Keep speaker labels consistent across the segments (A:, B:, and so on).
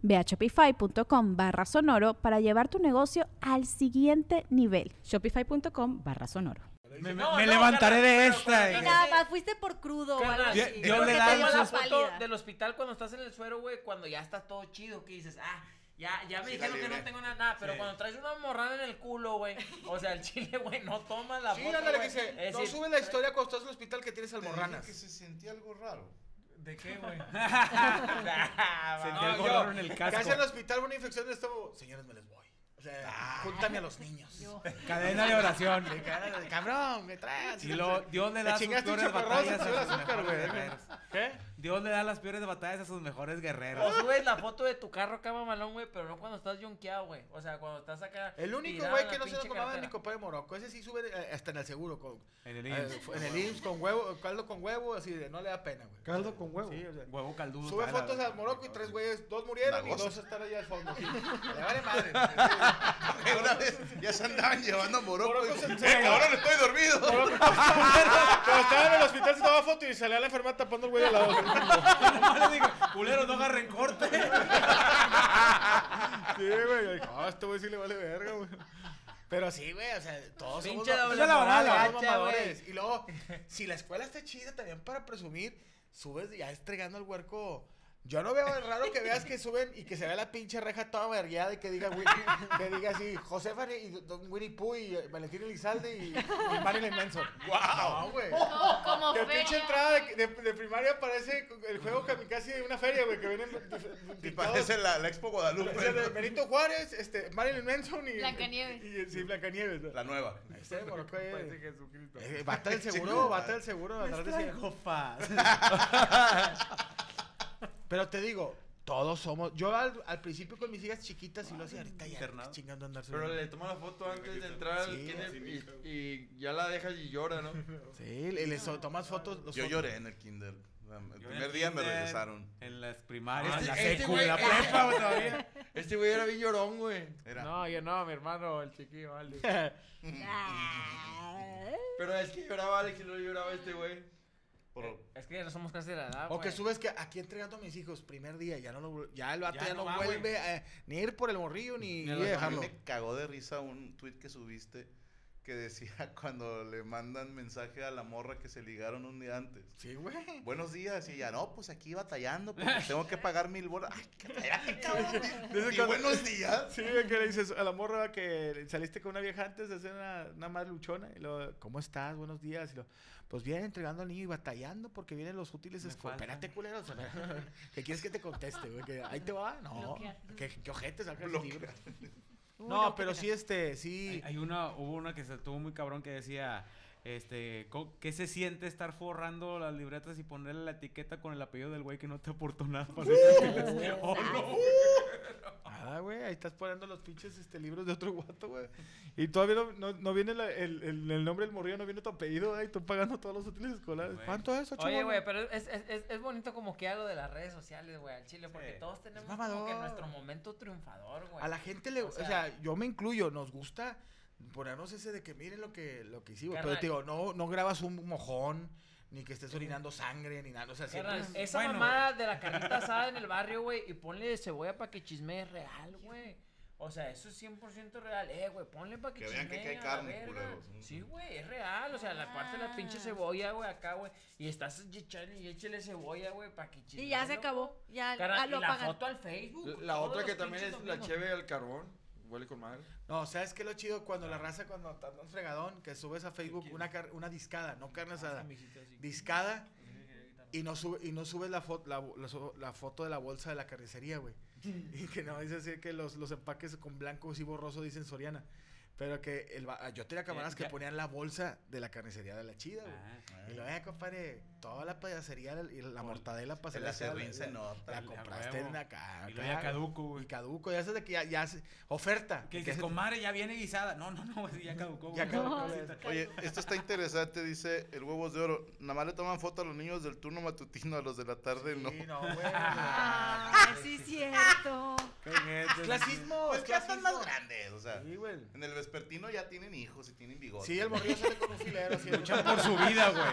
A: Ve a shopify.com barra sonoro para llevar tu negocio al siguiente nivel.
B: Shopify.com barra sonoro.
C: Me, me, no, me no, levantaré cara, de
D: pues,
C: esta.
E: Pero, pero, nada más fuiste por crudo. Cara,
C: yo, yo, yo
E: le
C: da la
F: foto del hospital cuando estás en el suero, güey, cuando ya está todo chido, que dices, ah. Ya, ya me dijeron que no tengo nada, nada pero sí. cuando traes una morrada en el culo, güey, o sea, el chile, güey, no tomas la
G: sí, foto, ándale, que dice, es no decir, sube la historia cuando estás en el hospital que tienes almorranas.
H: que se sentía algo raro.
C: ¿De qué, güey? Sentí algo raro en el casco.
G: Casi en el hospital una infección de estómago. Señores, me les voy. O sea, ah, júntame a los niños. Yo.
C: Cadena de oración.
G: Cabrón, me traes.
C: Y lo, Dios le da sus peores batallas a sus azúcar, mejores ¿Qué? Dios le da las peores batallas a sus mejores guerreros.
F: O subes la foto de tu carro acá, mamalón, güey, pero no cuando estás yonqueado, güey. O sea, cuando estás acá.
G: El único güey que no se lo comaba es mi compadre Morocco. Ese sí sube eh, hasta en el seguro. Con,
C: en el IMSS.
G: Eh, en el IMSS con huevo, caldo con huevo, así de no le da pena, güey.
H: Caldo con huevo.
G: Sí, o sea,
C: huevo caldudo.
G: Sube fotos al Morocco y tres güeyes, dos murieron y dos están allá al fondo. Sí. le vale madre.
H: Una vez ya se andaban llevando a Morocco. ahora no estoy dormido.
G: Pero estaba en el hospital, se tomaba foto y salía la enfermera tapando el güey de la boca.
C: le digo, culero, no agarren corte.
G: Sí, güey. Ah, este güey sí le vale verga, güey. Pero sí, güey, o sea, todos
F: Pinche
G: somos
F: doble moral,
G: somos mamadores. Y luego, si la escuela está chida también para presumir, subes ya estregando al huerco... Yo no veo raro que veas que suben y que se vea la pinche reja toda vergueada y que diga que diga así, Josefa y Don Winnie Pooh y eh, Valentín Elizalde y, y Marilyn Manson.
H: ¡Wow!
G: No, güey. No,
E: como
G: que Oh, pinche entrada de, de, de, primaria parece el juego kamikaze de una feria, güey, que vienen
H: Y parece la, la, Expo Guadalupe.
G: O sea, de Pues, Benito Juárez, este, Marilyn Manson y...
E: Blancanieves.
G: Y, y, sí, Blancanieves. ¿no?
H: La nueva.
G: Este de Morocco Parece Jesucristo. Eh, bata el seguro, bata el seguro. Atrás de Pero te digo, todos somos. Yo al, al principio con mis hijas chiquitas y ah, lo hacía ahorita ya chingando andar
I: Pero le toma la foto antes de entrar sí, al kinder y, y, ya la dejas y llora, ¿no?
G: Sí, le, les tomas fotos.
H: Yo
G: fotos.
H: lloré en el kinder. El primer día me regresaron.
C: En las primarias, ah, en la
I: este
C: secu, en la prepa güey, todavía.
I: Este güey era bien llorón, güey.
J: Era. No, yo no, mi hermano, el chiquillo, Alex.
I: Pero es que lloraba Alex y no lloraba este güey.
H: Eh,
F: Es que ya no somos casi de la edad.
G: O que subes que aquí entregando a mis hijos, primer día, ya no lo, ya el vato ya, ya no, no va, vuelve a, ni ir por el morrillo ni, ni, ni dejarlo.
H: A mí me cagó de risa un tweet que subiste que decía cuando le mandan mensaje a la morra que se ligaron un día antes.
G: Sí, güey.
H: Buenos días. Y ya, no, pues aquí batallando, porque tengo que pagar mil bolas. Ay, cállate, cabrón.
G: Desde
H: y buenos días.
G: Sí, que le dices a la morra que saliste con una vieja antes de hacer una, una más luchona. Y luego, ¿cómo estás? Buenos días. Y lo, pues viene entregando al niño y batallando porque vienen los útiles escolares. Espérate, culero. ¿Qué quieres que te conteste, güey? ¿Que ahí te va. No. ¿Qué, qué ojete saca el libro? No, no, pero sí, este, sí.
C: Hay, hay, una, hubo una que se tuvo muy cabrón que decía, este, ¿qué se siente estar forrando las libretas y ponerle la etiqueta con el apellido del güey que no te aportó nada para
G: hacer oh, no. Nada, güey, ahí estás poniendo los pinches este, libros de otro guato, güey. Y todavía no, no, no viene la, el, el, el, nombre del morrillo, no viene tu apellido, güey, y tú pagando todos los útiles escolares. Wey. ¿Cuánto es,
F: ocho Oye, güey, pero es, es, es, es, bonito como que algo de las redes sociales, güey, al chile, porque sí. todos tenemos como que nuestro momento triunfador, güey.
G: A la gente le, o sea, o sea, yo me incluyo, nos gusta ponernos ese de que miren lo que, lo que hicimos. Carnal. Pero te digo, no, no grabas un mojón ni que estés orinando sangre, ni nada. O sea,
F: Carnal, siempre... Esa bueno. mamada de la carnita asada en el barrio, güey, y ponle cebolla para que chisme es real, güey. O sea, eso es 100% real. Eh, güey, ponle para que,
H: que vean que, que hay carne, culeros.
F: Sí, güey, es real. O sea, la parte de la pinche cebolla, güey, acá, güey. Y estás echando y échale cebolla, güey, para que chisme.
E: Y ya se acabó. Ya
D: Ah,
F: Carnal, lo y la pagan. foto al Facebook.
I: La, la otra que también es domingos. la cheve al carbón. Huele con madre.
G: No, ¿sabes qué es lo chido? Cuando la raza, cuando está un fregadón, que subes a Facebook
J: quieres?
G: una, car- una discada, no carne asada,
J: mijito, así.
G: discada, y no, sube, y no subes la, fo- la, bo- la so- la foto de la bolsa de la carnicería, güey. y que no, dice así que los, los empaques con blanco y borroso dicen Soriana. Pero que el va- yo tenía camaradas que
F: ya-
G: ponían la bolsa de la carnicería de la chida, güey.
D: Ah,
G: Y lo veía, compadre, toda la pedacería y la mortadela
H: El
G: pastelera.
H: acerrín se nota.
G: La
H: güey.
G: compraste
C: huevo.
G: en acá.
C: Ah, Y luego ya
G: Ah, claro.
C: caduco,
G: Y
C: güey.
G: caduco, ya sabes de que ya, ya se- oferta.
C: Que
G: Que
C: dices,
G: se-
C: comadre, ya viene guisada. No, no, no, güey, ya caducó.
G: Ya
C: güey.
G: caducó,
C: Sí,
G: güey.
C: está-
H: Oye, esto está interesante, dice el huevos de oro. Nada más le toman foto a los niños del turno matutino, a los de la tarde no.
G: Sí, no, güey.
E: Ah, sí, cierto.
G: Clasismo.
H: Pues
G: es
H: ya están
G: clasismo.
H: más grandes, o sea.
G: Sí, güey.
H: En el vespertino ya tienen hijos y tienen bigote.
G: Sí, el morrillo sale con un filero. así,
C: Luchan por su vida, güey.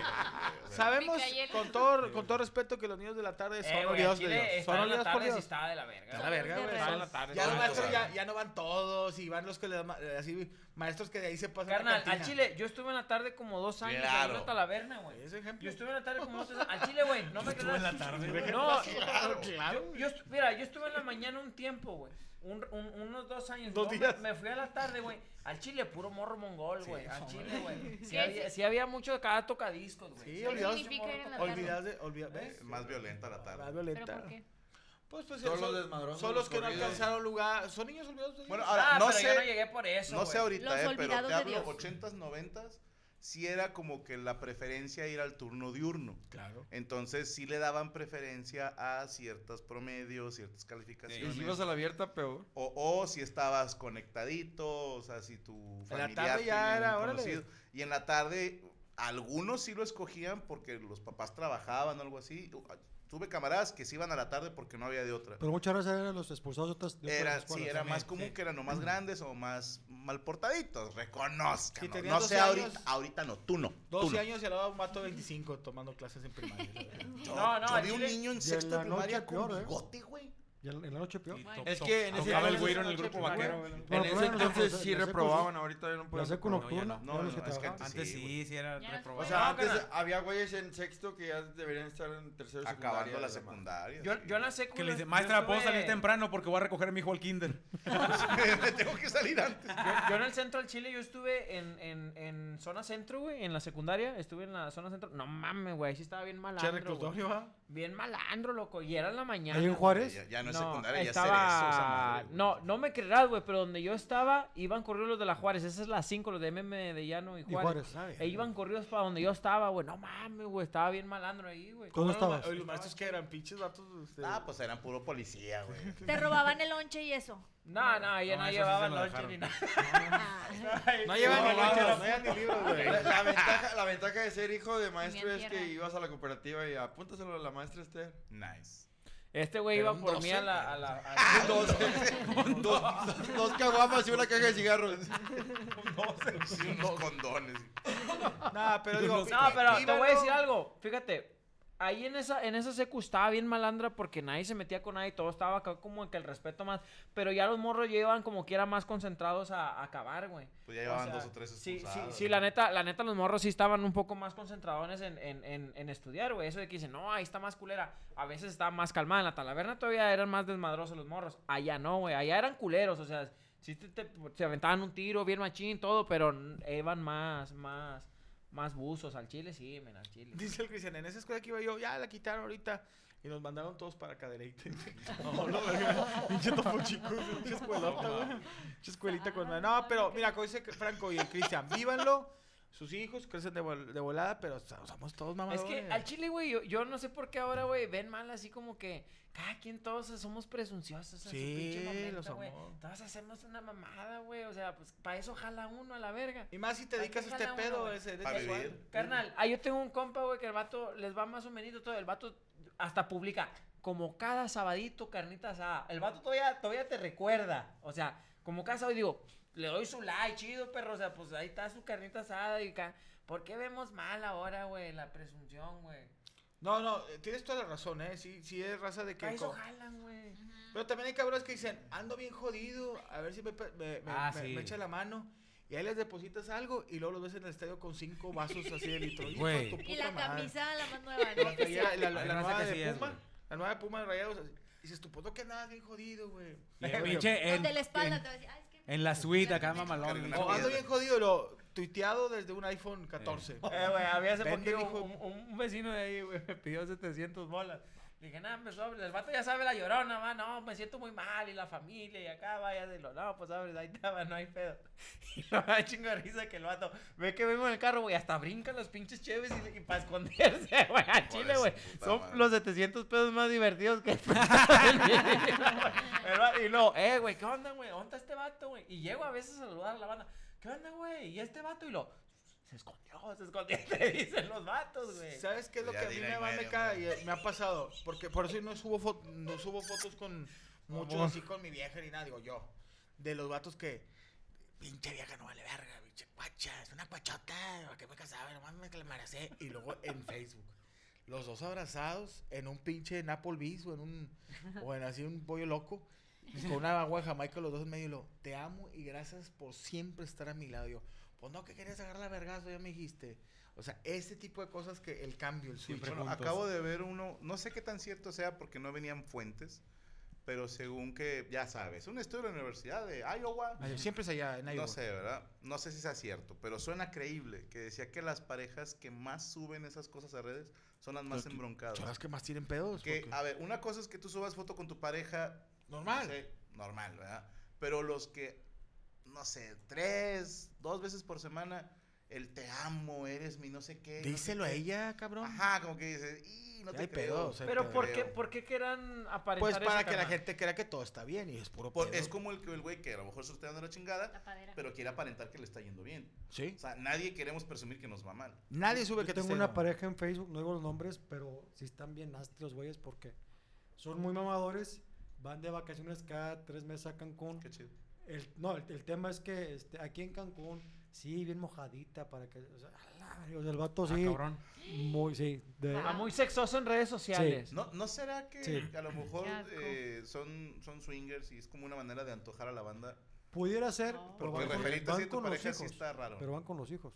H: O sea,
G: Sabemos,
D: Micaela.
G: con todo, con todo respeto, que los niños de la tarde son
F: Eh, güey, al
G: olvidados de
F: Chile
G: Dios.
F: estar
G: Son
F: en la
G: olvidados por
F: tarde sí
G: Dios.
F: estaba de la verga.
G: Está la verga, güey.
D: Ah,
F: Estar en la
G: Son-
F: tarde.
G: Ya,
F: estaba
G: los
F: de la
G: maestros,
F: verga.
G: ya, ya no van todos y van los que les ma- eh, así maestros que de ahí se pasan. a la
F: Carnal, al
G: cantina.
F: Chile, yo estuve en la tarde como dos años
H: Claro.
F: en una talaverna, güey.
G: Ese ejemplo.
F: Yo estuve en la tarde como dos años. Al Chile, güey, no me
C: Estuvo en la
F: creas.
C: tarde, güey.
F: No,
H: Claro,
F: yo, yo estu- mira, yo estuve en la mañana un tiempo, güey. Un- un- unos dos años.
G: Dos
F: Luego me-
G: días.
F: Me, fui a la tarde, güey. Al Chile, puro morro mongol, güey. al
C: hombre.
F: Chile, güey. Sí,
D: Sí,
F: había, sí había mucho de cada tocadiscos, güey.
G: Sí,
F: había
G: olvidados-
F: mucho
D: significa
F: morro
D: ir a la
F: tocadiscos.
G: Olvidadas de.
F: Eh,
G: olvida- ¿Ves?
H: Más violenta la
G: Más
H: tarde.
D: ¿Pero
G: violenta.
D: por qué?
G: Pues, pues,
I: Todos
G: son,
I: los desmadrosos,
G: son los que no
I: corridos.
G: alcanzaron lugar. Son niños olvidados de Dios.
H: Bueno,
F: Ah,
H: ahora, no
F: pero yo no
H: sé,
F: llegué por eso,
H: no sé
F: güey.
H: ahorita,
D: Los
H: eh, pero
D: olvidados
H: te
D: de
H: hablo
D: Dios.
H: 80s, 90s, sí era como que la preferencia ir al turno diurno.
G: claro.
H: Entonces sí le daban preferencia a ciertos promedios, ciertas
I: Y
H: calificaciones.
I: si ibas a la abierta, peor.
H: O, o si estabas conectadito, o sea, si tu
G: En la
H: familiar
G: tarde ya
H: tenía un
G: era, órale.
H: conocido. Y en la tarde, algunos sí lo escogían porque los papás trabajaban o algo así. ah, Tuve camaradas que se iban a la tarde porque no había de otra.
K: Pero muchas veces eran los expulsados de otras, de otras
H: Era, sí,
K: escuelas.
H: era
K: también.
H: más común que eran o más grandes o más mal portaditos,
G: Sí,
H: reconozcan.
G: tenías
H: no sé
G: 12
H: ahorita,
G: años.
H: ahorita no, tú no. tú
G: 12
H: no.
G: años y al lado un vato de 25 tomando clases en primaria. la verdad.
H: Yo,
F: No, no,
H: yo
F: al
H: vi un
F: chile-
H: niño en
K: en
H: sexto de
K: la noche
H: primaria con
K: peor, ¿eh?
H: bigote, güey.
K: Y en en la noche peor.
C: Y
D: Bueno.
C: to-
I: Es
C: to-
I: que en ese
C: tocaba el
I: entonces
C: güero en
I: no
C: el
I: se
C: grupo
I: podía.
C: vaquero. güey.
K: Bueno,
I: en ese
K: primero
I: entonces
K: nosotros-
I: sí
K: nosotros-
I: reprobaban, ahorita ya no
K: La
I: pueden
K: secu
I: reprobar.
C: no, ya
K: nocturna,
C: no.
K: no,
H: No, no,
K: los que
H: no, es que
K: trabajaban.
C: Antes sí, sí era
D: Ya no
C: reprobado.
I: O
D: se
I: sea,
F: No,
I: antes
F: carnal.
I: había güeyes en sexto que ya deberían estar en tercero y
H: Acabando la
I: secundaria.
H: secundaria.
F: Yo,
H: sí.
F: yo en la secu,
C: Que le dice,
F: yo
C: maestra,
F: estuve-
C: puedo salir temprano porque voy a recoger a mi hijo al kinder.
H: Me tengo que salir antes.
F: Yo, yo en el centro del Chile, yo estuve en, en, en zona centro, güey, en la secundaria, estuve en la zona centro. No mames, güey, ahí sí estaba bien
G: Che,
F: malandro, güey.
G: reclusorio, ¿va?
F: Bien malandro, loco, y era en la mañana.
K: Ahí en
H: Ya,
K: Juárez,
H: ya no es
F: No,
H: secundaria, ya
F: estaba-
H: es cerezo. esa madre, güey.
F: no, no me creerás, güey, pero donde yo estaba, iban corridos los de la Juárez, esas es las 5, los de MM de Llano y
K: y
F: Juárez.
K: Juárez.
F: E iban corridos para donde yo estaba, güey, no mames, güey, estaba bien malandro ahí, güey.
K: ¿Cómo
G: Eran los ma-
K: estabas?
G: Los maestros que eran pinches vatos. este,
H: Ah, pues eran puro policía, güey.
D: Te robaban el lonche y eso.
F: No, no, ya
C: No,
F: no,
C: eso sí se
F: llevaban
C: lo
F: lonche
C: dejaron.
F: ni nada.
D: Ah,
I: No
G: llevan
I: llevan
G: ni
I: ni
G: libros,
I: libros.
G: no llevan ni libros, güey.
I: La, la ventaja, la ventaja de ser hijo de maestro
D: Comían
I: es
D: tierra.
I: que ibas a la cooperativa y apúntaselo a la maestra Esther.
H: Nice.
F: Este güey
G: Pero
F: iba
G: un
F: por mí
G: 12,
F: a la... A la
K: Ah,
F: a-
I: Dos, dos, dos caguamas y una caja de cigarros.
H: Sí, unos condones.
G: Nah, pero digo.
F: No, pero te voy a
G: vívalo.
F: decir algo. Fíjate, ahí en esa, en esa secu estaba bien malandra porque nadie se metía con nadie, todo estaba acá como que el respeto más. Pero ya los morros llevan como que eran más concentrados a, a acabar, güey.
H: Pues ya llevaban
F: O sea,
H: dos o tres
F: Sí,
H: expulsados.
F: sí, sí, la neta, la neta, los morros sí estaban un poco más concentradones en, en, en, en estudiar, güey. Eso de que dicen, no, ahí está más culera. A veces estaba más calmada. En la talaverna todavía eran más desmadrosos los morros. Allá no, güey. Allá eran culeros, o sea, sí te, te- se aventaban un tiro, bien machín, todo, pero n- iban más, más, más buzos. Al chile sí, men, al chile.
G: Dice el Cristian, en esa escuela que iba yo, ya la quitaron ahorita. Y nos mandaron todos para Cadereyte. no, no, verga. Pinche topo chico, pinche escuelota, güey. Pinche escuelita con
F: Ah,
G: madre. No, pero mira, como dice Franco y el Cristian, vívanlo. Sus hijos crecen de, vol- de volada, pero so- somos todos
F: Es
G: mamadores.
F: que al chile, güey, yo, yo no sé por qué ahora, güey, ven mal así como que cada quien todos somos presunciosos en
G: Sí,
F: su pinche
G: lo
F: momento,
G: somos.
F: güey. Todos hacemos una mamada, güey, o sea, pues para eso jala uno a la verga.
G: Y más si te
F: Ay,
G: dedicas a este
F: ojalá uno,
G: pedo,
F: güey.
G: ese eres
H: Pa'
G: visual.
H: vivir.
F: Carnal, ah, yo tengo un compa, güey, que el vato les va más o menos todo, el vato hasta publica como cada sabadito carnita asada. El vato todavía, todavía te recuerda, o sea, como cada sábado digo, le doy su like, chido, perro, o sea, pues ahí está su carnita asada y ca... ¿Por qué vemos mal ahora, güey, la presunción, güey?
G: No, no, eh, tienes toda la razón, ¿eh? Sí, sí es raza de que...
F: Para eso
G: co-
F: jalan, güey.
G: Pero también hay cabrones que dicen, ando bien jodido, a ver si me, pe- me, me-
F: Ah,
G: me-
F: sí.
G: me echa la mano. Y ahí les depositas algo y luego los ves en el estadio con cinco vasos así de litro. Hijo de
C: Güey.
G: tu
D: y
G: puta
D: la
G: madre.
D: camisa, la más nueva,
G: Y la
D: ¿no?
G: playera, y la, la,
C: Hay
G: la
C: raza
G: nueva
C: que sí
G: de
C: es,
G: Puma,
C: güey.
G: la nueva de Puma de Rayados. así, Dices, tu puto que nada, bien jodido, güey.
C: Y el pinche- el-
D: Donde la espalda
C: el-
D: te va a decir, ay, es que
C: En la suite, acá mamalón.
G: O ando bien jodido, lo tuiteado desde un iPhone 14.
F: Eh, güey, había hace
G: Vende,
F: poquito
G: hijo.
F: un, un- un vecino de ahí, güey, me pidió 700 bolas. Le dije, nada, empezó a hablar, el vato ya sabe la llorona, va, no, me siento muy mal, y la familia, y acá, vaya, de lo, no, pues, sabes, ahí estaba, no hay pedo. Y lo da chingo de risa que el vato, ve que vengo en el carro, güey, hasta brincan los pinches cheves y, para esconderse, güey, a Chile, güey. Son los 700 pesos más divertidos que... El va- y luego, eh, güey, ¿qué onda, güey? ¿Dónde está este vato, güey? Y llego a veces a saludar a la banda, ¿qué onda, güey? ¿Y este vato? Y lo, se escondió, se escondió, te dicen los vatos, güey.
G: ¿Sabes qué es lo
F: Ya
G: que a mí
F: dile
G: me
F: ahí
G: va me
F: medio,
G: cae? Y eh, me ha pasado. Porque por eso no subo, fo- no subo fotos con muchos,
F: Vamos.
G: así con mi vieja ni nada, digo yo. De los vatos que, pinche vieja no vale verga, pinche cuacha, es una cuachota, ¿para qué me casaba? Nomás me que la embaracé. Y luego en Facebook. Los dos abrazados en un pinche en Applebee's o en un, o en así un pollo loco. y con una agua de Jamaica, los dos en medio y lo, te amo y gracias por siempre estar a mi lado. Y yo, pues no, que querías agarrar la vergazo, ya me dijiste. O sea, este tipo de cosas que el cambio, el switch.
H: Bueno, acabo de ver uno, no sé qué tan cierto sea porque no venían fuentes, pero según que, ya sabes, un estudio de la Universidad de Iowa.
F: Ah,
G: Ay, Siempre es allá, en Iowa.
H: No sé, ¿verdad? No sé si sea cierto, pero suena creíble que decía que las parejas que más suben esas cosas a redes son las más
G: Son
H: embroncadas.
G: las que más tienen pedos.
H: Que,
G: Pues,
H: ah,
G: porque-
H: a ver, una cosa es que tú subas foto con tu pareja.
G: Normal.
H: no sé, normal, ¿verdad? Pero los que, no sé, tres, dos veces por semana, el te amo, eres mi no sé qué. no sé
G: Díselo a
H: qué.
G: ella, cabrón.
H: Ajá, como que dices, y no
G: Sí,
H: te
G: hay
H: creo".
G: pedos, hay
F: Pero
G: pedos.
F: ¿por qué, ¿por qué querrán aparentar
G: Pues para
F: eso,
G: que la
F: carnal?
G: gente crea que todo está bien y es puro
H: Por-
G: pedo.
H: es como el, que- el güey que a lo mejor se está dando la chingada, pero quiere aparentar que le está yendo bien.
G: Sí.
H: O sea, nadie queremos presumir que nos va mal.
G: Nadie sube
K: Yo
G: que te
K: tengo
G: esté
K: una
G: dando.
K: pareja en Facebook, no digo los nombres, pero sí están bien nasty los güeyes porque son muy mamadores, van de vacaciones cada tres meses a Cancún.
H: Qué chido.
K: El, no, el, el tema es que este, aquí en Cancún, sí, bien mojadita para que... O sea, a la verga, o sea, el vato
F: Ah,
K: sí...
F: cabrón.
K: Muy, sí. de-
F: Ah, muy sexoso en redes sociales.
H: ¿No, ¿No será que
K: Sí.
H: a lo mejor
K: Qué asco.
H: eh, son, son swingers y es como una manera de antojar a la banda?
K: Pudiera ser, pero
H: Porque
K: van, con,
H: referirte
K: van
H: así a tu
K: con los
H: pareja
K: hijos.
H: sí está raro.
K: Pero van con los hijos.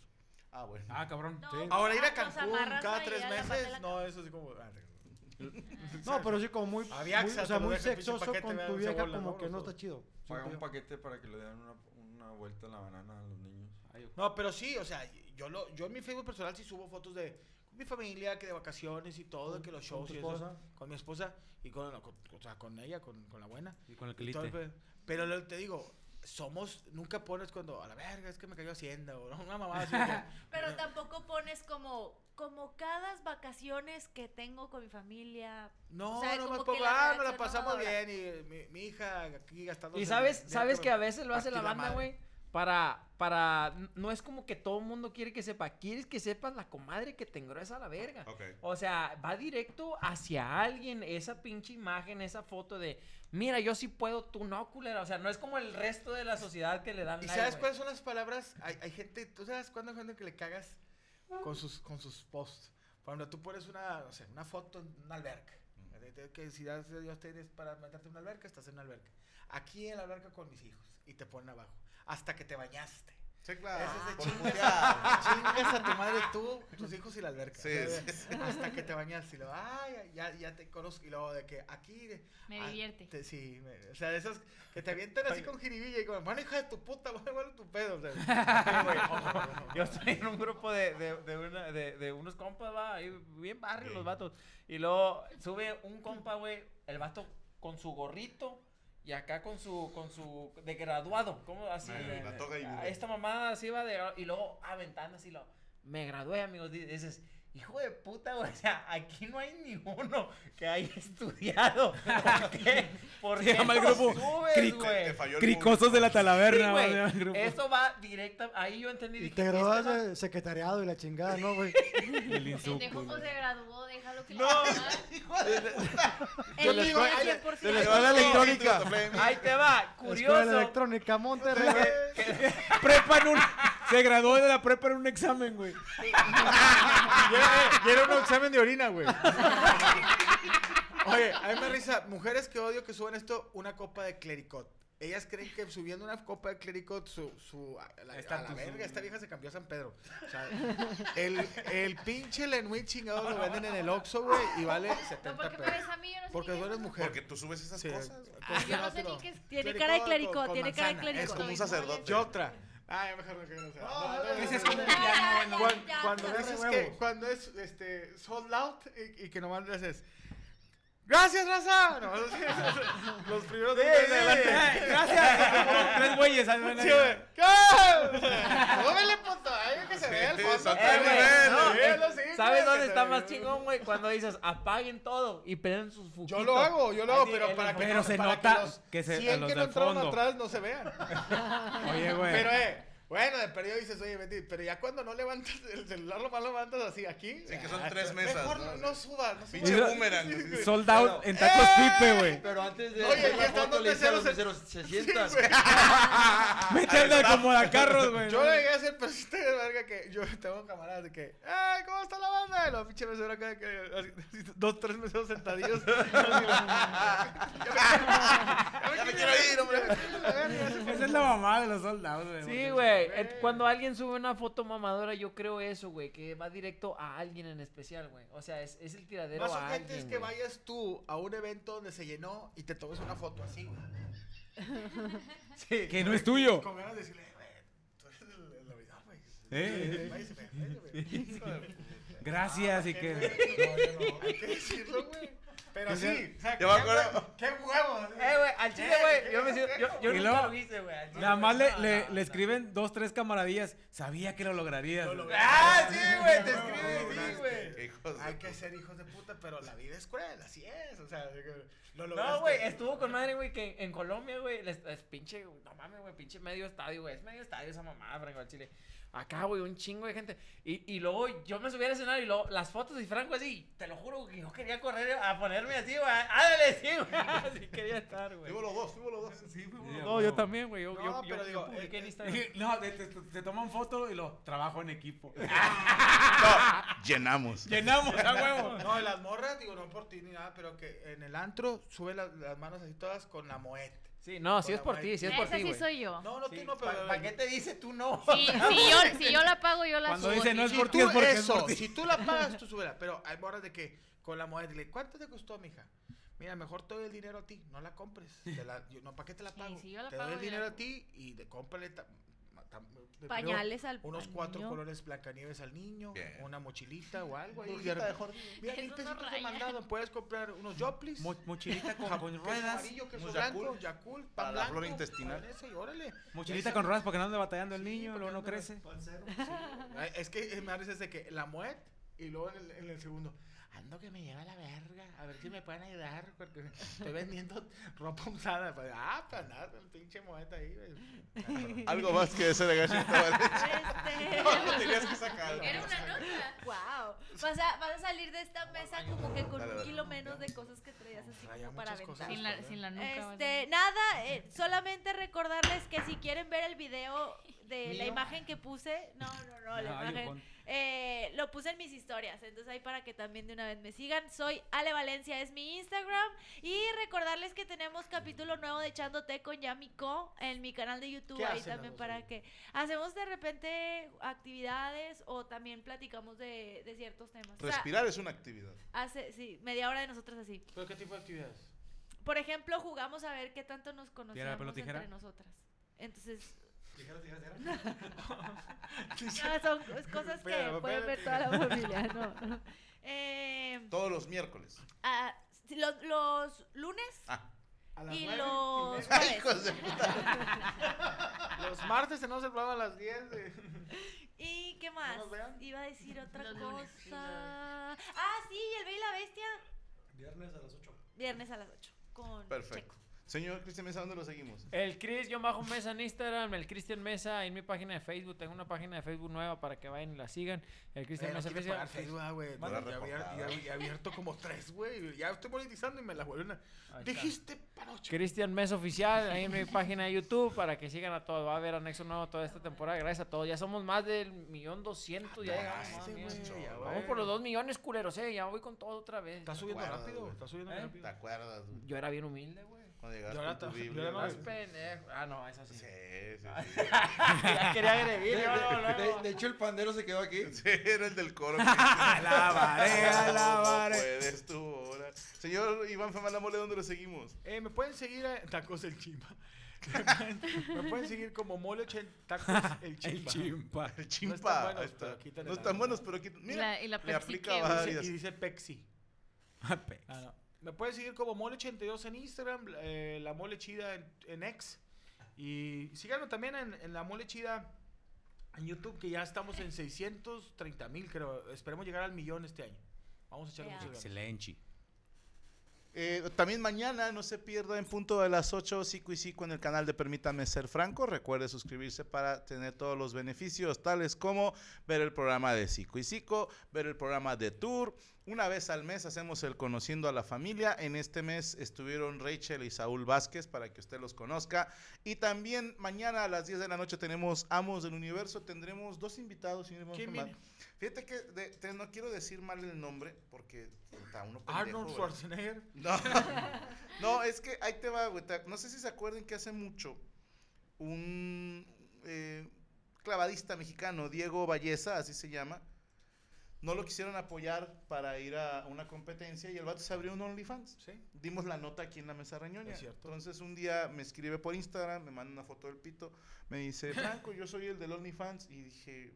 H: Ah, bueno.
C: Ah, cabrón.
K: Sí.
G: Ahora ir a
K: Ah, pues,
G: Cancún
K: amarras
G: cada
K: ahí a
G: tres
K: la parte de
G: meses,
K: la
G: no, eso así como... ah,
K: No, pero sí como muy,
G: A
K: muy-
G: Viaxa
K: o
G: te
K: sea,
G: lo
K: muy
G: deja el pinche
K: sexoso
G: paquete,
K: con
G: vean,
K: tu
G: se
K: vieja
G: vuela,
K: como
G: ¿no?
K: que no
G: Los
K: está
G: dos.
K: chido.
G: Paga
K: Siento
G: un
K: yo.
I: paquete para que le den una, una vuelta en la banana a los niños.
K: Ah,
G: No, pero sí, o sea, yo lo, yo en mi Facebook personal sí subo fotos de mi familia, que de vacaciones y todo, que los
K: con
G: shows
K: tu
G: y eso,
K: esposa?
G: con mi esposa y con, no, con- o sea, con ella, con, con la buena.
C: Y con el
G: Y todo el
C: quelite.
G: pe- Pero lo- te digo, somos, nunca pones cuando, a la verga, es que me cayó Hacienda, o ¿no? una mamada así. que-
D: Pero tampoco pones como, como cada vacaciones que tengo con mi familia.
G: no,
D: O sea,
G: no,
D: como
G: más
D: que
G: por, ah, nos
D: relación
G: la
D: no
G: pasamos
D: valora.
G: bien y mi, mi hija aquí gastando.
F: Y sabes, sabes que a veces lo hace la banda, güey, para, para, no es como que todo el mundo quiere que sepa, quieres que sepas la comadre que te engruesa la verga. O sea, va directo hacia alguien esa pinche imagen, esa foto de, mira, yo sí puedo, tú no, culera. O sea, no es como el resto de la sociedad que le dan
G: ¿Y
F: like,
G: sabes
F: güey.
G: cuáles son las palabras? Hay, hay gente, ¿tú sabes cuándo hay gente que le cagas con sus, con sus posts? Por ejemplo, tú pones una, no sé, una foto en una alberca. De- de- Que si das de Dios tienes para meterte en una alberca, estás en una alberca. Aquí en la alberca con mis hijos. Y te ponen abajo. Hasta que te bañaste.
H: Sí, claro.
G: Ese es de
H: por
G: chingas,
H: putear.
G: chingas a tu madre tú, tus hijos y la alberca.
H: Sí,
G: O sea,
H: sí,
G: de-
H: sí.
G: Hasta que te bañaste. Y luego, ay, ya, ya te conozco. Y luego de que aquí... de-
L: Me
G: ah,
L: divierte.
G: te- sí, me- o sea, de esos que te avientan así con jiribilla y como, hermano, hija de tu puta, bueno, bueno, tu pedo. o sea.
F: Yo estoy en un grupo de, de, de una- de- de unos compas, va, ahí bien barrio los vatos. Y luego sube un compa, güey, el vato con su gorrito y acá con su, con su, de graduado, ¿cómo así?
H: Ah,
F: de-
H: la toga y-
F: a- esta mamada así va de, y luego aventando así, lo, me gradué, amigos, di- dices... Hijo de puta, güey. O sea, aquí no hay ni uno que haya estudiado. ¿Por qué? ¿Por
C: Se
F: qué
C: llama el
F: lo
C: grupo
F: subes,
C: Cric-
F: güey?
C: Te falló el Cricosos de la
G: pues,
C: Talaverna,
F: Sí, güey.
C: se llama el grupo.
F: Eso va directa. Ahí yo entendí.
K: Y
F: dije,
K: te eh?
F: "Este
K: graduas
F: va-
K: de secretariado y la chingada, ¿no, güey?
C: El
F: Eh,
L: Pendejo, pues, se graduó, déjalo que
F: No.
L: hijo de
F: El
L: El libro
F: libro es
L: es
F: de-
L: 100%.
F: de la escuela electrónica.
H: Ah,
F: Ahí te va,
K: Escuela
F: curioso.
K: electrónica Monterrey.
C: Prepa en un. Se graduó de la prepa en un examen, güey.
H: Ah,
G: Y era un examen de orina, güey. Oye, a mí me da risa, mujeres que odio que suben esto, una copa de clericot. Ellas creen que subiendo una copa de clérico, su, su, a la, a la
C: Estatus,
G: verga,
C: su-
G: esta vieja se cambió a San Pedro. O sea, el, el pinche Lenui chingado lo venden en el Oxxo, güey, y vale 70
L: porque
G: pesos.
L: parece a mí, yo no sé
G: Porque
L: ni
G: tú
L: qué
G: eres
L: es.
G: mujer.
H: Porque tú subes esas cosas.
L: Ah, yo no sé ni qué es. Tiene cara de clérico, tiene cara de clérico.
H: Es como un sacerdote.
G: Y otra. Ah, ya mejor no que no sea.
H: Ese es como un piano,
G: Cuan-
H: bueno.
G: Cuando
H: Ya, ya,
G: dices
H: ya.
G: que cuando es este sold out y, y que nomás le haces Gracias, raza. Nomás así, los primeros
C: Sí,
G: tres
C: sí,
G: de adelante.
C: sí. Gracias. Tres güeyes, ahí van
G: Sí,
C: ahí.
G: güey. ¡Go! Móvele, puto. Ahí que se vea el fondo.
F: Eh,
G: Se
F: güey,
G: vea,
F: no,
G: se vea
F: eh,
G: los hijos,
F: ¿Sabes dónde
G: que
F: está
G: se
F: más
G: vea.
F: chingón, güey? Cuando dices apaguen todo y prenden sus fuquitos.
G: Yo lo hago, yo lo
F: Ahí
G: hago,
F: sí,
G: pero
F: el
G: para que
F: fondo.
G: no- para que los
C: que se- a
G: 100
C: los
G: que no
C: del
G: entraron
C: fondo.
G: atrás no se vean.
C: Oye, güey.
G: Pero eh, bueno, de perdido dices, oye, Betty, pero ya cuando no levantas el celular, lo más levantas así aquí.
H: Sí, que son tres mesas,
G: Mejor
H: ¿no?
G: no, no subas, no subas.
H: Pinche boomerang.
G: Sí, güey. ¡Eh!
C: Sold out en tacos pipe, güey.
I: Pero antes de
G: Oye,
I: hacer
G: y
I: la
G: están
I: foto
G: dos
I: le dije a los
G: meseros
I: meseros, se sientan.
C: Metiendo
I: Al
C: como
I: staff.
C: a carros, güey.
G: Ah, Yo le llegué a hacer persiste de verga que yo tengo camaradas de que, ¡ay, cómo está la banda! Y los pinches meseros acá, que, así, así, dos, tres meseros sentadillos.
H: Ya me quiero ir, hombre.
C: Esa es la mamá de los soldados, güey.
F: Sí, güey. Eh, Cuando alguien sube una foto mamadora, yo creo eso, güey. Que va directo a alguien en especial, güey. O sea, es, es el tiradero
G: Más
F: a
G: urgente
F: alguien.
G: es que
F: güey.
G: vayas tú a un evento donde se llenó y te tomes una foto así, güey. Sí.
C: Que no es tuyo.
G: Con ganas de decirle, "Eh, güey, tú eres el, el olvidado, güey.
C: Eh, eh.
G: Váyase, güey,
C: Sí.
G: váyase, güey.
C: Gracias,
G: Ah,
C: y
G: qué
C: que-
G: güey, no, yo no, Hay que decirlo, güey. Pero
C: Que sea-
G: sí. o sea,
C: Yo me
G: qué
C: acuerdo-
G: hue- ¡Qué huevos!
F: Eh, güey, al chile, güey. Yo me siento. Yo, yo
C: Y
F: nunca
C: luego-
F: lo hice, güey. al chile,
C: Nada
F: güey.
C: más le,
F: No,
C: le-
F: no,
C: le escriben dos, tres camaradillas. Sabía que lo lograrías.
G: ¡Ah, sí, güey! Te
C: No,
G: escribes, sí,
H: Qué
G: güey.
H: hijos de
G: Hay que ser hijos de puta, pero la vida es cruel, así es. O sea, digo,
F: No,
G: lo lograste.
F: güey, estuvo con madre, güey, que en Colombia, güey, les- es pinche, güey, no mames, güey, pinche medio estadio, güey, es medio estadio esa mamada, Franco, al chile. Acá, güey, un chingo de gente. Y, y luego yo me subí al escenario y luego las fotos y Franco así, te lo juro que yo quería correr a ponerme así, güey, ándale, sí, güey, así quería estar, güey.
H: Fuimos los dos, fuimos los dos.
G: Sí, fuimos
F: No, yo también, güey, yo,
G: No,
F: yo,
G: pero
F: yo,
G: digo, eh,
F: yo publiqué en Instagram.
C: Y- No, te, te- te toman foto y lo trabajo en equipo.
H: Llenamos.
C: Llenamos a huevo.
G: No, y las morras, digo, no por ti ni nada, pero que en el antro sube las, las manos así todas con la moed.
F: Sí, no, sí
G: Con
F: es por
G: la
F: ti, sí es
L: Esa
F: por ti,
L: sí
F: güey.
L: soy yo.
G: No, no, tú no, pero.
F: ¿Para qué te dice tú no?
L: Si, si yo, si yo la pago, yo la
C: Cuando
L: subo.
C: dice no es
G: Si
C: por ti,
G: tú
C: es porque es
G: eso,
C: por ti.
G: si tú la pagas, tú súbela. Pero hay morras de que con la moed, dile, ¿cuánto te costó, mija? Mira, mejor te doy el dinero a ti, no la compres. Te la- yo- no, ¿para qué te la
L: Sí,
G: pago?
L: si yo la
G: te
L: pago,
G: doy el
L: yo la
G: dinero a
L: compro.
G: ti y de, cómprale ta- ma- tam- de
L: Pañales
G: primero,
L: al-
G: Unos
L: al
G: cuatro
D: Este.
L: niño.
G: colores Blancanieves al niño,
H: Bien.
G: una mochilita o algo. ahí.
H: Brujita de Jordi.
G: Mira,
L: Eso
G: ahí te
L: no
G: siento
L: raya.
G: mandado. Puedes comprar unos Joplis.
C: Mo- mochilita con, con
G: queso
C: ruedas.
G: amarillo, queso
H: unos
G: blanco,
H: Yakult,
G: Yakult, pan
H: para la
G: blanco,
H: flora intestinal.
G: mayonesa y órale.
C: Mochilita
G: Esa-
C: con ruedas porque no anda batallando el
G: Sí,
C: niño,
G: porque
C: luego no
G: anda-
C: crece.
G: Ay, Es que eh, me haces de que la muet y luego en el, en el segundo. Ando que me lleva la verga, a ver si me pueden ayudar, porque estoy vendiendo ropa usada. Pues, ah, pues nada, el pinche muet ahí. güey.
H: Algo más que ese de gachito.
D: Este,
H: No, tenías que sacarlo.
D: Era una nota. Wow. Vas a, vas a salir de esta mesa como que con
H: Dale,
D: un
H: dale.
D: kilo menos de cosas que traías así
G: Traía
D: como para
G: muchas cosas.
D: aventar.
L: Sin la, sin la nuca.
D: Este, nada, eh, solamente recordarles que si quieren ver el video de la
C: ¿Mío?
D: imagen que puse, no, no, no, la
C: Ah, yo
D: imagen,
C: con-
D: eh, lo puse en mis historias, entonces ahí para que también de una vez me sigan. Soy Ale Valencia, es mi Instagram. Y recordarles que tenemos capítulo nuevo de Echándote con Yami Co en mi canal de YouTube,
G: ¿Qué
D: ahí
G: hacen las
D: también
G: dos
D: para
G: ahí?
D: que hacemos de repente actividades o también platicamos de, de ciertos temas. O sea,
H: Respirar es una actividad.
D: hace, sí, media hora de nosotras así.
G: ¿Pero qué tipo de actividades?
D: Por ejemplo, jugamos a ver qué tanto nos
C: ¿Piedra, papel o
D: conocíamos
C: tijera?
D: entre nosotras. Entonces,
G: Tijera,
D: no, son cos- cosas que
G: Piedra, papel
D: pueden
G: o
D: ver toda la familia, no. Eh,
H: Todos los miércoles.
D: ah, sí, los, los lunes
H: Ah.
G: A las
D: y
G: nueve,
D: los
G: media.
H: Ay, hijos de puta.
G: Los martes tenemos el programa a las 10. de-
D: ¿Y qué más?
G: nos vean?
D: Iba a decir otra
L: Los lunes, sí,
D: cosa. Ah, sí, el Bella y la Bestia.
K: Viernes a las 8.
D: Viernes a las 8. Con
H: Perfecto.
D: Checo.
H: Señor Cristian Mesa, ¿dónde lo seguimos?
F: El Chris, yo bajo Mesa en Instagram, el Cristian Mesa en mi página de Facebook. Tengo una página de Facebook nueva para que vayan y la sigan. El Cristian
G: Oye, no
F: Mesa
G: quiero
F: Oficial.
G: pagar Facebook, ah, güey.
H: Manda
G: Ya
H: reportada.
G: había- ya había abierto como tres, güey. Ya estoy monetizando y me las vuelven a.
F: está.
G: Dijiste panoche.
F: Cristian Mesa Oficial, ahí en mi página de YouTube, para que sigan a todos. Va a haber anexo nuevo toda esta temporada. Gracias a todos. Ya somos más del millón doscientos. Ya llegamos.
G: Ah,
I: este
F: madre
G: ese,
F: mía.
G: güey, ya,
F: Vamos
G: güey.
F: por los dos millones, culeros, eh. Ya voy con todo otra vez.
G: Está subiendo
H: Guarda,
G: rápido,
H: güey.
G: está subiendo
F: ¿Eh?
G: muy
H: ¿Te
G: rápido.
H: acuerdas? güey?
F: Yo era bien humilde, güey.
H: Cuando llegas
F: Yo
H: con
F: la
H: tu
F: to- yo
H: Biblia.
F: la más
H: güey.
F: pendejo. Ah, no, esa sí.
H: Sí, sí, sí.
F: Ya quería agredir,
I: De-
F: yo
I: de-
F: luego,
I: de-
F: luego.
I: de hecho, el pandero se quedó aquí.
H: Sí, era el del coro.
G: Alabaré, alabaré.
H: No puedes tú ahora. Señor Iván Femala Mole, ¿dónde lo seguimos?
G: Eh, me pueden seguir a Tacos el Chimpa. Me pueden- me pueden seguir como Mole ochen- Tacos el Chimpa.
C: Chimpa.
H: El
G: No
H: chimpa.
G: están
H: ahí
G: buenos,
H: está.
G: pero quítale
H: No
G: la-
H: están buenos, pero aquí. Mira,
G: La-
H: la,
G: y la
H: le
G: Pepsi
H: aplica
G: que-
H: varias.
G: Y dice Pepsi. Ah, no. Me pueden seguir como Mole82 en Instagram, eh, La Mole Chida en, en X. Y síganos también en, en La Mole Chida en YouTube, que ya estamos en 630 mil, creo. Esperemos llegar al millón este año. Vamos a echarle muchas ganas.
C: Excelente.
H: Eh, también mañana no se pierda en punto de las 8, 5 y 5 en el canal de Permítame Ser Franco. Recuerde suscribirse para tener todos los beneficios, tales como ver el programa de 5 y 5, ver el programa de Tour. Una vez al mes hacemos el Conociendo a la Familia. En este mes estuvieron Rachel y Saúl Vázquez para que usted los conozca. Y también mañana a las 10 de la noche tenemos Amos del Universo. Tendremos dos invitados. señor Iván
G: ¿Quién
H: Femad.
G: viene?
H: Fíjate que de- te- no quiero decir mal el nombre porque está uno pendejo,
G: Arnold
H: güey.
G: Schwarzenegger.
H: No, no, es que ahí te va, güey. Te- No sé si se acuerden que hace mucho un eh, clavadista mexicano, Diego Valleza, así se llama, no lo quisieron apoyar para ir a una competencia y el vato se abrió un OnlyFans. Dimos la nota aquí en la mesa reñoña.
G: Es cierto.
H: Entonces un día me escribe por Instagram, me manda una foto del pito, me dice, Franco, yo soy el del OnlyFans. Y dije,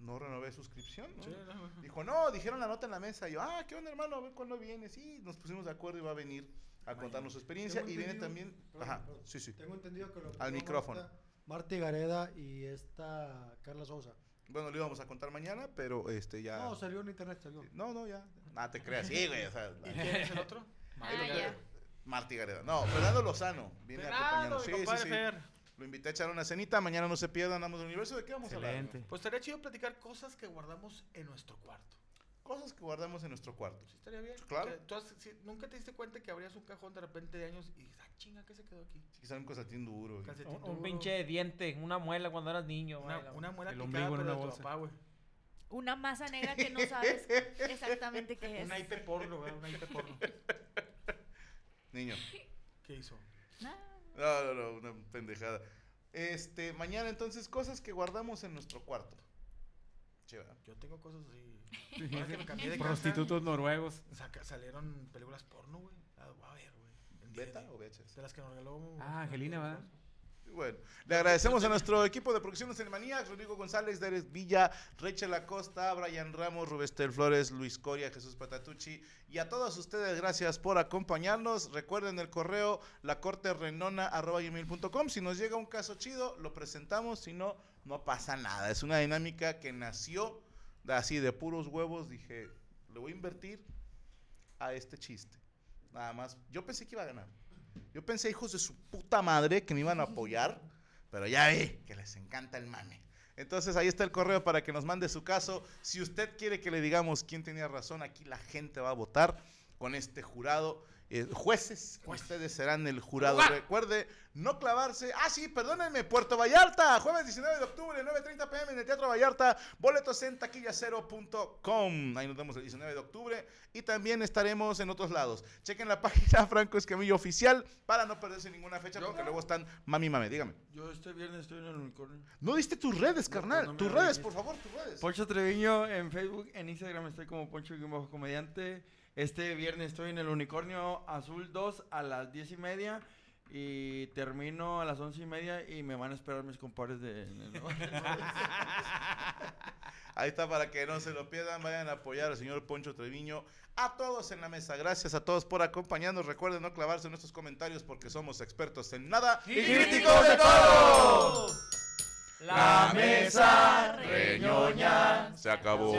H: no renové suscripción, ¿no?
G: Sí, no.
H: Dijo, no, dijeron la nota en la mesa. Y yo, ah, ¿qué onda, hermano? A ver cuándo viene. Sí, nos pusimos de acuerdo y va a venir a contarnos su experiencia.
K: Tengo
H: Y viene
K: entendido-
H: también.
K: perdón,
H: Ajá,
K: perdón.
H: sí, sí.
K: Tengo entendido que lo
H: Al
K: pidió
H: micrófono.
K: Marta, Marta Gareda y esta Carla Sousa.
H: Bueno, lo íbamos a contar mañana, pero este ya.
K: No, salió en internet, salió.
H: No, no, ya. Ah, te creas. Sí, güey. O sea,
K: ¿Y quién es el otro?
H: Martí
K: Ah, ya.
H: Gareda. Martí Gareda. No, Fernando Lozano. Viene
G: Fernando,
H: acompañando.
G: mi
H: Sí,
G: compadre
H: sí, sí.
G: Fer.
H: Lo invité a echar una cenita. Mañana no se pierdan. Andamos del universo. ¿De qué vamos a hablar?
G: Excelente. Pues estaría chido platicar cosas que guardamos en nuestro cuarto.
H: Cosas que guardamos en nuestro cuarto.
G: Estaría bien.
H: Claro.
G: Que tú has- si- ¿Nunca te diste cuenta que abrías un cajón de repente de años y dices, ah, chinga, ¿qué se quedó aquí?
H: Quizá un calcetín duro. güey.
G: Calcetín
F: Un,
G: duro.
F: un pinche diente, una muela cuando eras niño.
G: Una-
F: güey, la-
G: una muela
F: el
G: picada,
F: ombligo en
G: pero
F: una
G: de tu
F: bolsa.
G: papá, güey.
D: Una masa negra que no sabes exactamente qué es.
G: Una IP porno, güey, una IP porno.
H: Niño.
G: ¿Qué hizo?
H: No, no, no, una pendejada. Este, mañana entonces, cosas que guardamos en nuestro cuarto. Che, ¿verdad?
G: Yo tengo cosas así. Ahora que me cambié de casa,
C: Prostitutos noruegos.
G: saca- salieron películas porno, güey. Ah, A ver, güey. en
H: ¿Beta
G: DVD.
H: o VHS?
G: De las que nos regaló.
C: Ah, Angelina, ¿verdad?
H: Bueno, le agradecemos a nuestro equipo de producciones Animaniacs, Rodrigo González, Derek Villa, Rachel Acosta, Brian Ramos, Rubestel Flores, Luis Coria, Jesús Patatucci y a todos ustedes gracias por acompañarnos. Recuerden el correo lacorterenona@gmail.com. Si nos llega un caso chido, lo presentamos, si no no pasa nada. Es una dinámica que nació de- así de puros huevos, dije, le voy a invertir a este chiste. Nada más, yo pensé que iba a ganar. Yo pensé, hijos de su puta madre, que me iban a apoyar, pero ya vi que les encanta el mame. Entonces ahí está el correo para que nos mande su caso. Si usted quiere que le digamos quién tenía razón, aquí la gente va a votar con este jurado. Eh, jueces, ustedes serán el jurado. Recuerde no clavarse. Ah, sí, perdónenme, Puerto Vallarta, jueves 19 de octubre, 9.30 pm en el Teatro Vallarta, boletos en taquillacero.com. Ahí nos vemos el 19 de octubre y también estaremos en otros lados. Chequen la página Franco Escamillo Oficial para no perderse ninguna fecha porque luego están mami mame, dígame.
I: Yo este viernes estoy en el unicornio.
H: No diste tus redes, carnal.
I: no me
H: tus
I: lo
H: redes,
I: dijiste.
H: por favor, tus redes.
I: Poncho Treviño en Facebook, en Instagram estoy como Poncho-Comediante. Este viernes estoy en el Unicornio Azul 2 a las 10 y media. Y termino a las once y media y me van a esperar mis compadres de... en el-
H: Ahí está para que no se lo pierdan. Vayan a apoyar al señor Poncho Treviño. A todos en la mesa. Gracias a todos por acompañarnos. Recuerden no clavarse en nuestros comentarios porque somos expertos en nada
I: ¡Y críticos de todo!
H: La
I: mesa reñoña
H: Se acabó.
I: se